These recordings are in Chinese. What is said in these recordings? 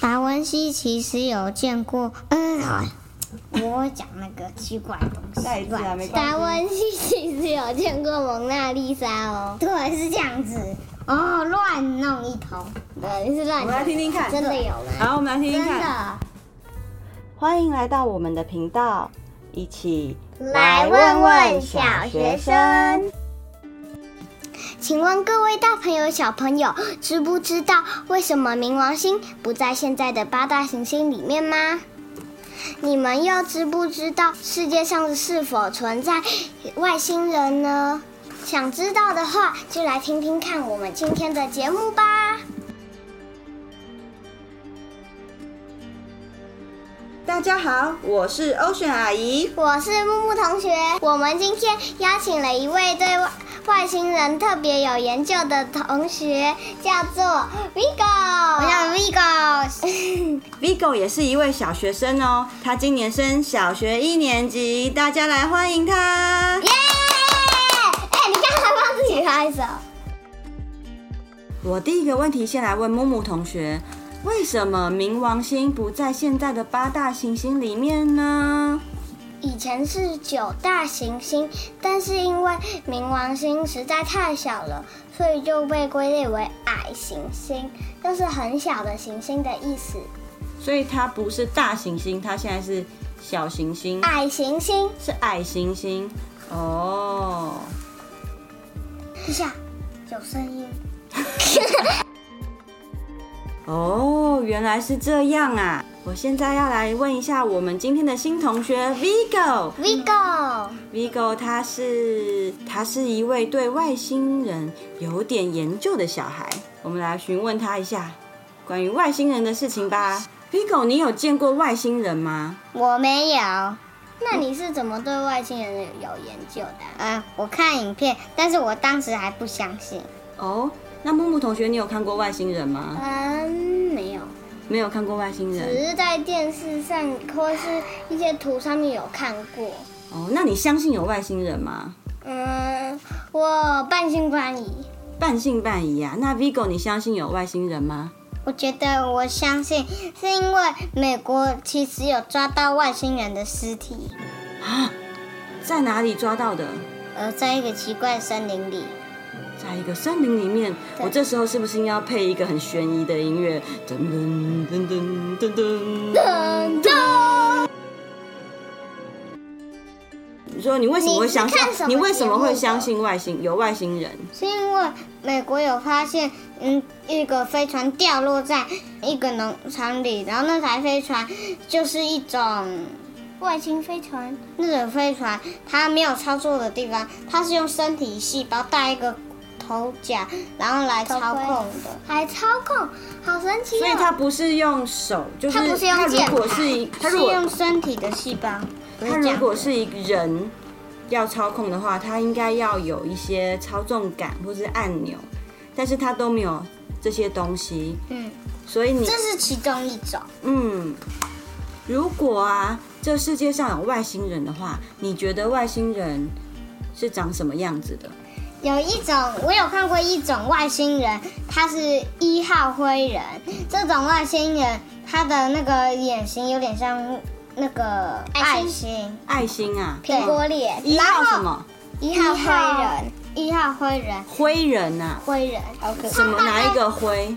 南希其实有见过，嗯，好，我讲那个奇怪的东西。再一次啊，没关达系。文西其实有见过蒙娜丽莎哦，对，是这样子。哦，乱弄一通，对，你是乱我们来讲，听听看，真的有吗？好，我们来听听真看。的。欢迎来到我们的频道，一起来问问小学生。请问各位大朋友、小朋友，知不知道为什么冥王星不在现在的八大行星里面吗？你们又知不知道世界上是否存在外星人呢？想知道的话，就来听听看我们今天的节目吧。大家好，我是欧选阿姨。我是木木同学，我们今天邀请了一位对外外星人特别有研究的同学，叫做 Vigo。哎我叫 Vigo， Vigo 也是一位小学生哦，他今年升小学一年级，大家来欢迎他。耶！哎、你干嘛帮自己拍手？我第一个问题先来问木木同学，为什么冥王星不在现在的八大行星里面呢？以前是九大行星，但是因为冥王星实在太小了，所以就被归类为矮行星，就是很小的行星的意思。所以它不是大行星，它现在是小行星，矮行星，是矮行星。哦，一下有声音。哦，原来是这样啊！我现在要来问一下我们今天的新同学 Vigo。 Vigo， Vigo 他是他是一位对外星人有点研究的小孩，我们来询问他一下关于外星人的事情吧。Vigo，你有见过外星人吗？我没有。那你是怎么对外星人有研究的啊、嗯，我看影片，但是我当时还不相信。哦，那木木同学，你有看过外星人吗？嗯，没有，没有看过外星人只是在电视上或是一些图上面有看过。哦，那你相信有外星人吗？嗯，我半信半疑。半信半疑啊。那 Vigo，你相信有外星人吗？我觉得我相信是因为美国其实有抓到外星人的尸体，啊，在哪里抓到的？而在一个奇怪的森林里。在一个森林里面，我这时候是不是应该要配一个很悬疑的音乐？噔噔噔噔噔噔噔噔。你说你为什么会相信你是看什？么你为什么节会目的相信外星有外星人？是因为美国有发现，嗯，一个飞船掉落在一个农场里，然后那台飞船就是一种外星飞船，那种飞船，它没有操作的地方，它是用身体细胞带一个头甲，然后来操控的。还操控，好神奇、哦！所以它不是用手，就是它不是用它键如果是一，它是如果用身体的细胞，不是它这如样果是一个人要操控的话，它应该要有一些操纵杆或是按钮，但是它都没有这些东西。嗯，所以你这是其中一种。嗯，如果啊，这世界上有外星人的话，你觉得外星人是长什么样子的？有一种我有看过一种外星人，他是一号灰人，这种外星人他的那个眼型有点像那个爱爱心，爱心啊，苹果脸，一号什么一一号号灰人，一号灰人，灰人啊？灰人，好可什么哪一个灰？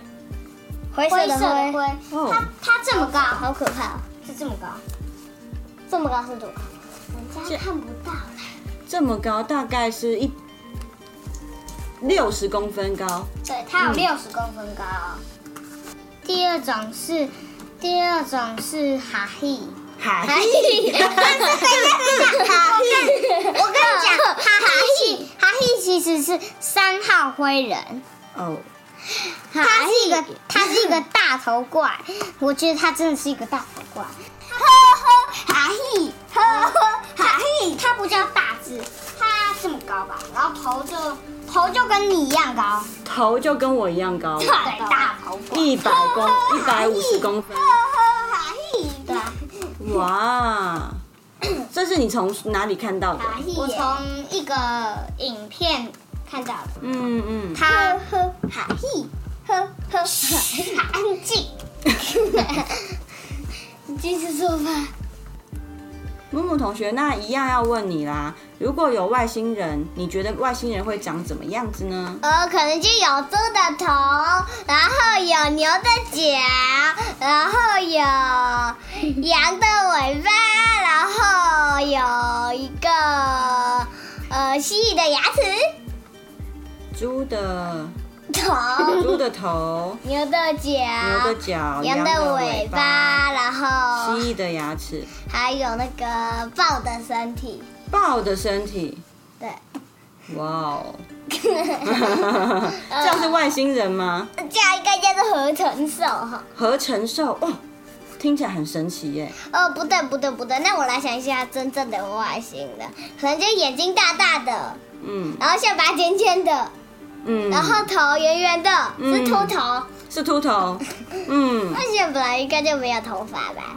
灰色灰的色的灰，灰，哦，它这么高，好可怕、哦！是这么高，这么高是多高？人这家看不到啦。这么高，大概是一六十公分高。对，它有六十公分高哦、第二种是，第二种是哈希。海哈希，等一下，等一下，哈希，我跟你讲，哈 哈希，哈希其实是三号灰人， 哦，他是一个，他是一个大头怪，我觉得他真的是一个大头怪。呵呵，哈嘿，呵呵，哈嘿，它不叫大只，它这么高吧，然后头就头就跟你一样高，头就跟我一样 高，太大大。头怪。一百公一百五十公分呵。呵，哈嘿，对啊，哇，这是你从哪里看到的？哈嘿耶，我从一个影片看到的，嗯嗯，他呵呵，哈嘿，呵呵，安静。继续做吧。木木同学，那一样要问你啦。如果有外星人，你觉得外星人会长怎么样子呢？呃，可能就有猪的头，然后有牛的脚，然后有羊的尾巴，然后有一个呃蜥蜴的牙齿，猪的头猪的头，牛的脚，牛的脚，羊羊的尾尾巴，然后蜥蜴的牙齿，还有那个豹的身体。豹的身体。对，哇哦，这样是外星人吗？这样应该叫做合成兽哈。合成兽哦，听起来很神奇耶。哦，不对不对不对，那我来想一下真正的外星人，可能就眼睛大大的，嗯然后下巴尖尖的，嗯，然后头圆圆的，嗯是秃头。是秃头。嗯，外星人本来应该就没有头发吧？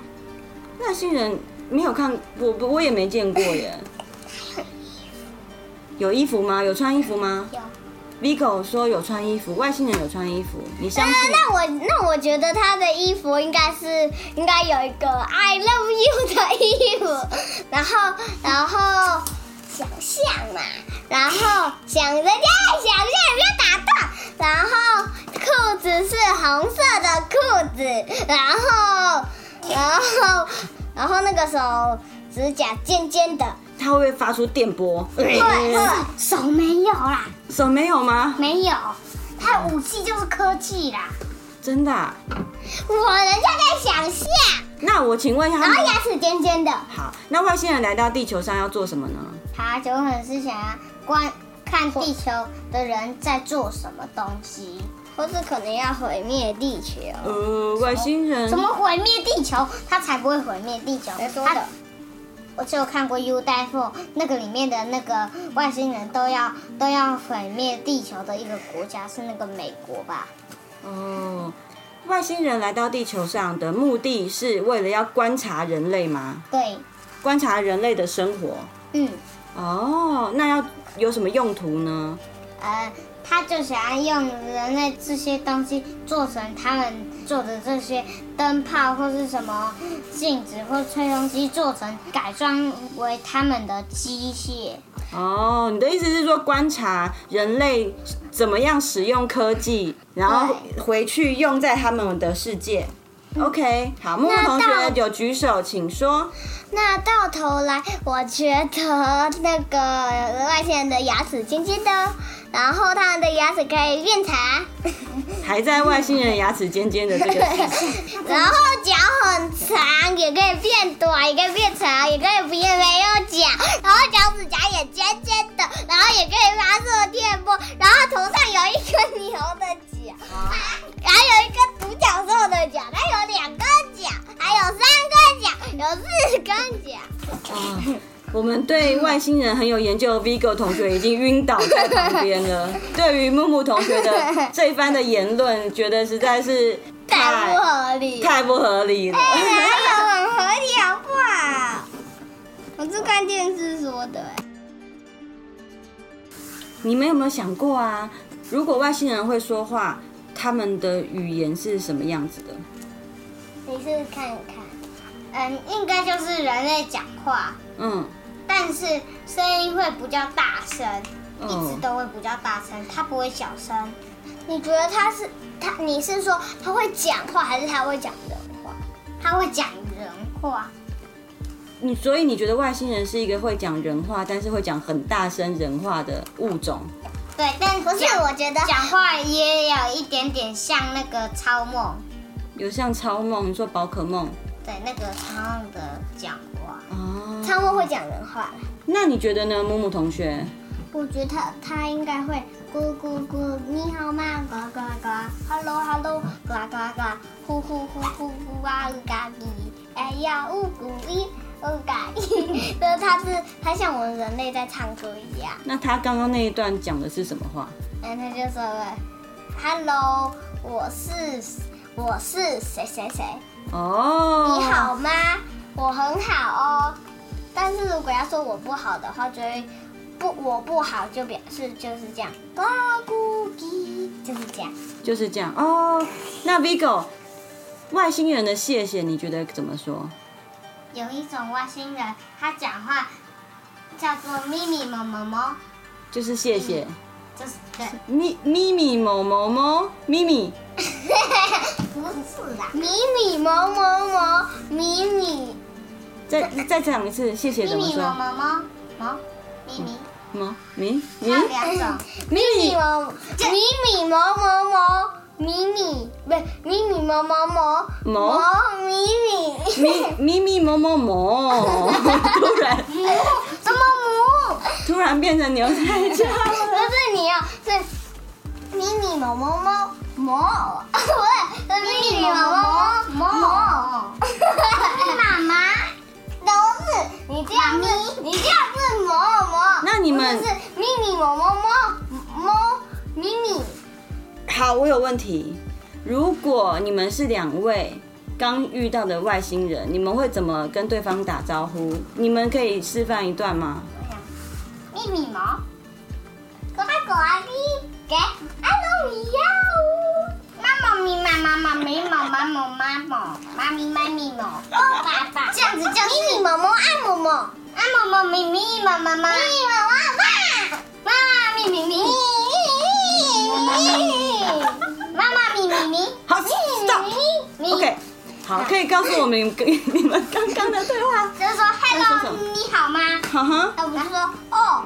外星人没有看，我不我也没见过 耶。有衣服吗？有穿衣服吗有。 ？Vigo 说有穿衣服，外星人有穿衣服，你相啊那信？那我那我觉得他的衣服应该是应该有一个 I love you 的衣服，然后然后想象嘛，然后想人家想象不要打断，然后裤子是红色的裤子，然后然后然后那个手指甲尖尖的，他会不会发出电波？手没有啦，手没有吗？没有，他武器就是科技啦，真的啊、我人家在想象。那我请问一下然他后们，牙齿尖尖的，好，那外星人来到地球上要做什么呢？他就很是想要观看地球的人在做什么东西，或是可能要毁灭地球。呃，外星人怎么毁灭地球？他才不会毁灭地球。谁说的他？我只有看过《U 代 f 那个里面的那个外星人都要都要毁灭地球的一个国家是那个美国吧？哦，外星人来到地球上的目的是为了要观察人类吗？对，观察人类的生活。嗯，哦，那要有什么用途呢？呃，他就想要用人类这些东西做成他们做的这些灯泡或是什么镜子或吹风机，做成改装为他们的机械。哦，你的意思是说观察人类怎么样使用科技，然后回去用在他们的世界。OK，好，木木同那学到有举手，请说。那到头来，我觉得那个外星人的牙齿尖尖的，然后他们的牙齿可以变长，还在外星人牙齿尖尖的这个 事情，然后脚很长，也可以变短，也可以变长，也可以不也没有脚，然后脚趾甲也尖尖的，然后也可以发射电波，然后头上有一个牛的角，还有一个独角兽的角，它有两根角，还有三根角，有四根角。哦我们对外星人很有研究的 Vigo 同学已经晕倒在旁边 了。对于木木同学的这一番的言论，觉得实在是太太不合理了，太不合理了。哪有很合理好不好？我是看电视说的、你们有没有想过啊？如果外星人会说话，他们的语言是什么样子的？你试试看看。嗯，应该就是人类讲话，嗯，但是声音会比较大声，一哦直，都会比较大声，它不会小声。你觉得它是它？你是说它会讲话，还是它会讲人话？它会讲人话。你所以你觉得外星人是一个会讲人话，但是会讲很大声人话的物种？对，但不不是，我觉得讲话也有一点点像那个超梦，有像超梦，你说宝可梦对，那个超梦的讲话。哦，超梦会讲人话，那你觉得呢，木木同学？我觉得他他应该会咕咕咕，你好吗？呱呱呱，hello hello，呱呱呱，呼呼呼呼呼哇呜嘎咪，哎呀呜咕一呜嘎一， 就是他是他像我们人类在唱歌一样，那他刚刚那一段讲的是什么话？然后他就说了，hello，我是我是谁谁谁，哦，你好，吗？我很好哦。但是如果要说我不好的话，就会不我不好就表示就是这样，呱咕叽，就是这样。就是这样哦。那 Vigo，外星人的谢谢，你觉得怎么说？有一种外星人，他讲话叫做咪咪么么么，就是谢谢，就是 对，咪咪咪某某某咪咪，不是啦，米米毛毛毛米米再再讲一次，谢谢咪哎怎么咪么说？么么么咪咪，它么咪咪有两种，咪米咪毛米米毛毛毛米米不是米米毛毛咪咪咪某某毛毛毛米米某， 突然什么母？突然变成牛 奶酱，不是你啊，是米米毛毛毛毛，不是是米米毛毛毛毛。哦，妈妈，都是你这样子，你这样子毛毛。那你们不是米米毛毛毛毛米米，好，我有问题。如果你们是两位刚遇到的外星人，你们会怎么跟对方打招呼？你们可以示范一段吗？咪咪毛，乖啊乖的，给阿龙要。妈妈咪妈妈妈咪毛妈毛妈毛妈咪妈咪毛，爸爸这样子叫米米毛毛爱毛毛，啊毛毛咪咪毛妈妈米，米毛毛爱妈妈咪咪咪，妈妈咪咪咪，好，stop。咪 OK，好，可以告诉我们 跟你们刚刚的对话。就是说那是什 hello 么你好吗？哈哈，妈。他说哦，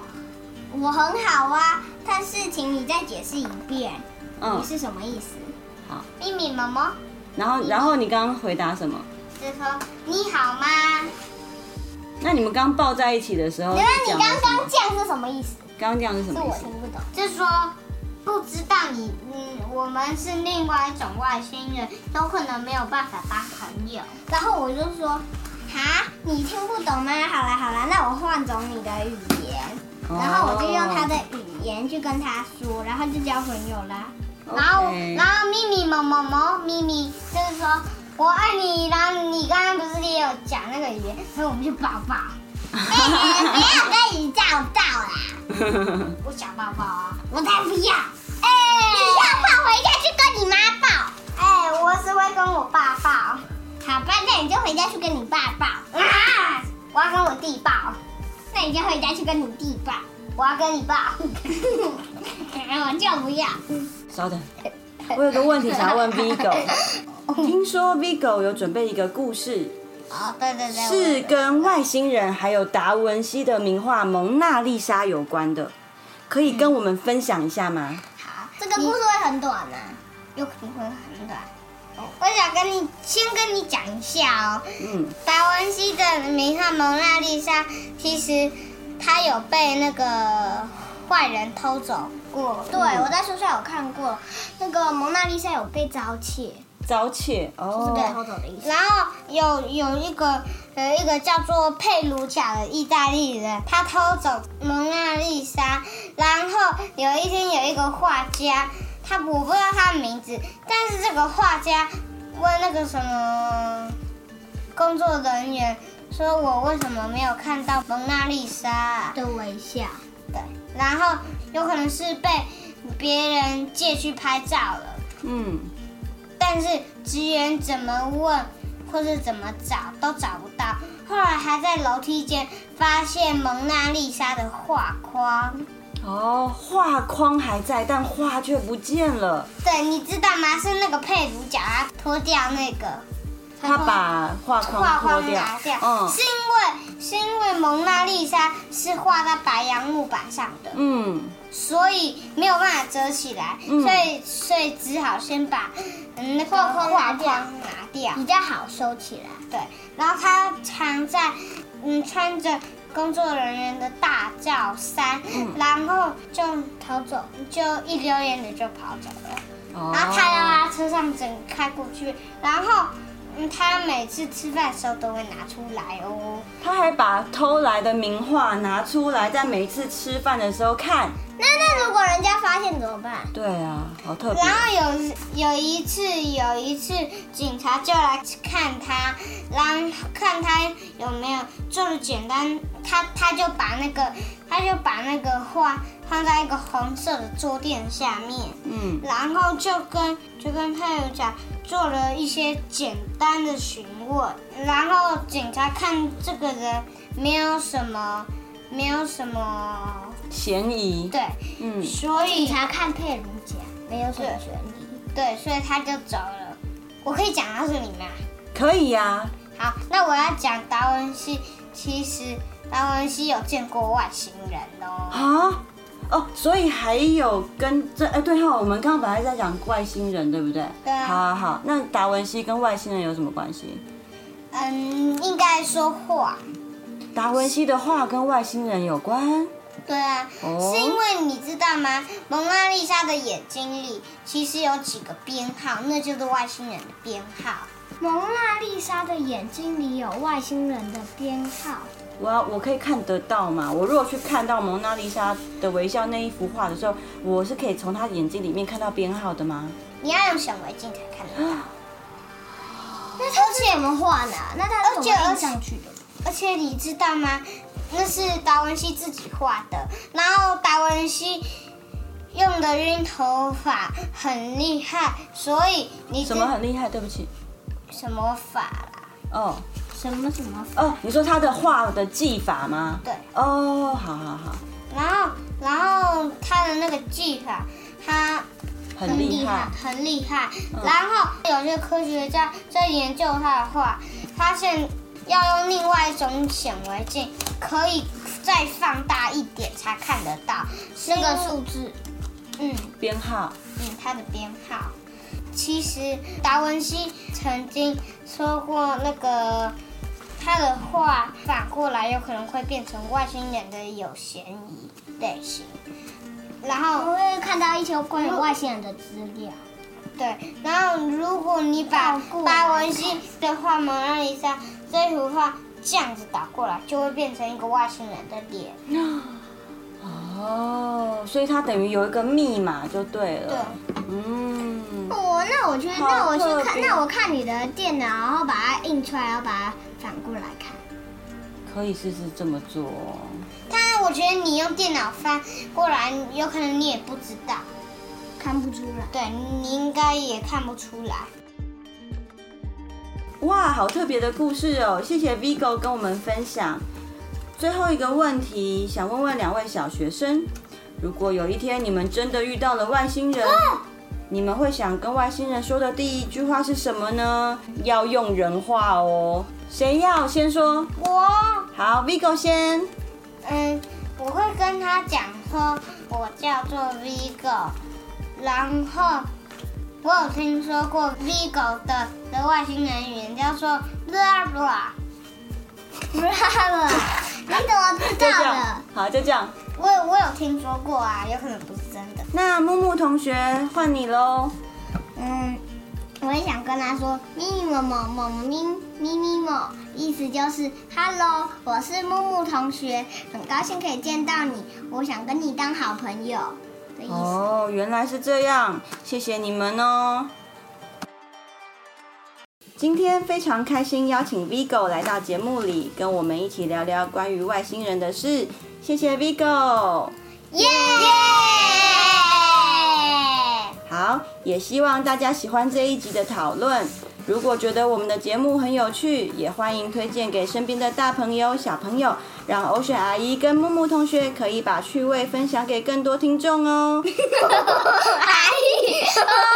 我很好啊，但是请你再解释一遍，嗯你，是什么意思？咪咪毛毛，然后然后你刚刚回答什么？就是说你好吗？那你们刚抱在一起的时候原来你讲了刚什刚么？这样是什么意思？刚刚这样是什是么意我思听？不懂。就是说不知道你，嗯，我们是另外一种外星人，有可能没有办法当朋友。然后我就说，哈，你听不懂吗？好啦好啦，那我换种你的语言，哦然后我就用他的语言去跟他说，然后就交朋友啦。哦然后， OK 然后咪咪某某某咪咪就是说我爱你，然后你刚刚不是也有讲那个语言，所以我们就抱 抱，哎、不要跟你照到啦，我想抱抱啊，我才不要！哎、你要抱回家去跟你妈抱。哎，我是会跟我爸抱，好吧，那你就回家去跟你爸抱。啊，我要跟我弟抱，那你就回家去跟你弟抱。我要跟你抱， 我就不要。 稍等，我有个问题想要问 Vigo。听 说 Vigo 有准备一个故事，哦，对对对，我是跟外星人还有达文西的名画《蒙娜丽莎》有关的，可以跟我们分享一下吗？好，这个故事会很短呢、有可能会很短。我想跟你先跟你讲一下哦，嗯，达文西的名画《蒙娜丽莎》，其实它有被那个坏人偷走过。对，我在书上有看过，那个《蒙娜丽莎》有被盗窃，遭窃哦，对偷走的意思。然后有有一个有一个叫做佩鲁贾的意大利人，他偷走蒙娜丽莎。然后有一天有一个画家，他我不知道他的名字，但是这个画家问那个什么工作人员说：“我为什么没有看到蒙娜丽莎啊、的微笑，对，然后有可能是被别人借去拍照了。嗯，但是职员怎么问或是怎么找都找不到。后来还在楼梯间发现蒙娜丽莎的画框。哦，画框还在，但画却不见了。对，你知道吗？是那个配主角他脱掉那个，他把画画框脱框掉拿掉，，嗯是因为是因为蒙娜丽莎是画在白杨木板上的，嗯，所以没有办法遮起来，嗯所以所以只好先把嗯那个画框拿画掉框拿掉。比较好收起来。对，然后他藏在嗯穿着工作人员的大罩衫，嗯然后就逃走，就一溜烟的就跑走了。哦然后他要他车上整个开过去，然后。嗯，他每次吃饭的时候都会拿出来哦。他还把偷来的名画拿出来，在每一次吃饭的时候看。那那如果人家发现怎么办？对啊，好特别然。后有有一次，有一次警察就来看他，让看他有没有做的简单，他他就把那个他就把那个画放在一个红色的桌垫下面，嗯，然后就跟就跟他有讲做了一些简单的询问，然后警察看这个人没有什么没有什么嫌疑，对，嗯，所以警察看佩如姐没有什么悬疑。对，所以他就走了。我可以讲到这里吗？可以啊呀、好，那我要讲达文西。其实达文西有见过外星人啊，哦。啊，哦，所以还有跟这，哎，对哈、我们刚刚本来在讲外星人，对不对？对啊好好好，那达文西跟外星人有什么关系？嗯，应该说话。达文西的画跟外星人有关，对啊，哦是因为你知道吗？蒙娜丽莎的眼睛里其实有几个编号，那就是外星人的编号。蒙娜丽莎的眼睛里有外星人的编号，我要我可以看得到嘛？我如果去看到蒙娜丽莎的微笑那一幅画的时候，我是可以从她眼睛里面看到编号的吗？你要用显微镜才看得到。哦那他是怎么画的啊？那他是怎么印上去的？而且你知道吗？那是达文西自己画的，然后达文西用的晕头法很厉害，所以你知什么很厉害？对不起，什么法啦？哦什么什么？哦，你说他的画的技法吗？对，哦，好好好，然后然后他的那个技法，他很厉害，嗯很厉害。然后有些科学家在研究他的画，发现要用另外一种显微镜，可以再放大一点才看得到那个数字，嗯。编号。嗯，它的编号。其实达文西曾经说过，那个他的画反过来有可能会变成外星人的有嫌疑类型。然我后会看到一些关于外星人的资料。对，然后如果你把倒过来达文西的画蒙娜丽莎这幅画这样子倒过来，就会变成一个外星人的脸。哦，所以他等于有一个密码就对对，了。嗯，哦，那我去，好那我去特看，别那我看你的电脑，然后把它印出来，然后把它反过来看。可以试试这么做哦。但是我觉得你用电脑翻过来，有可能你也不知道。看不出来。对，你应该也看不出来。哇，好特别的故事哦！谢谢 Vigo 跟我们分享。最后一个问题，想问问两位小学生：如果有一天你们真的遇到了外星人，嗯你们会想跟外星人说的第一句话是什么呢？要用人话哦。谁要先说？我好，Vigo 先。嗯，我会跟他讲说，我叫做 Vigo，然后我有听说过 Vigo 的的外星人语言叫做 blah blah， Bravo，你怎么知 就道这的样？，好，就这样。我我有听说过啊，有可能不是真的。那木木同学换你喽。嗯，我也想跟他说咪咪某某某咪咪咪某，意思就是 Hello，我是木木同学，很高兴可以见到你，我想跟你当好朋友的意思。哦，原来是这样，谢谢你们哦。今天非常开心邀请 Vigo 来到节目里，跟我们一起聊聊关于外星人的事。谢谢 Vigo。耶、好，也希望大家喜欢这一集的讨论。如果觉得我们的节目很有趣，也欢迎推荐给身边的大朋友、小朋友，让欧选阿姨跟木木同学可以把趣味分享给更多听众哦。阿姨，嗯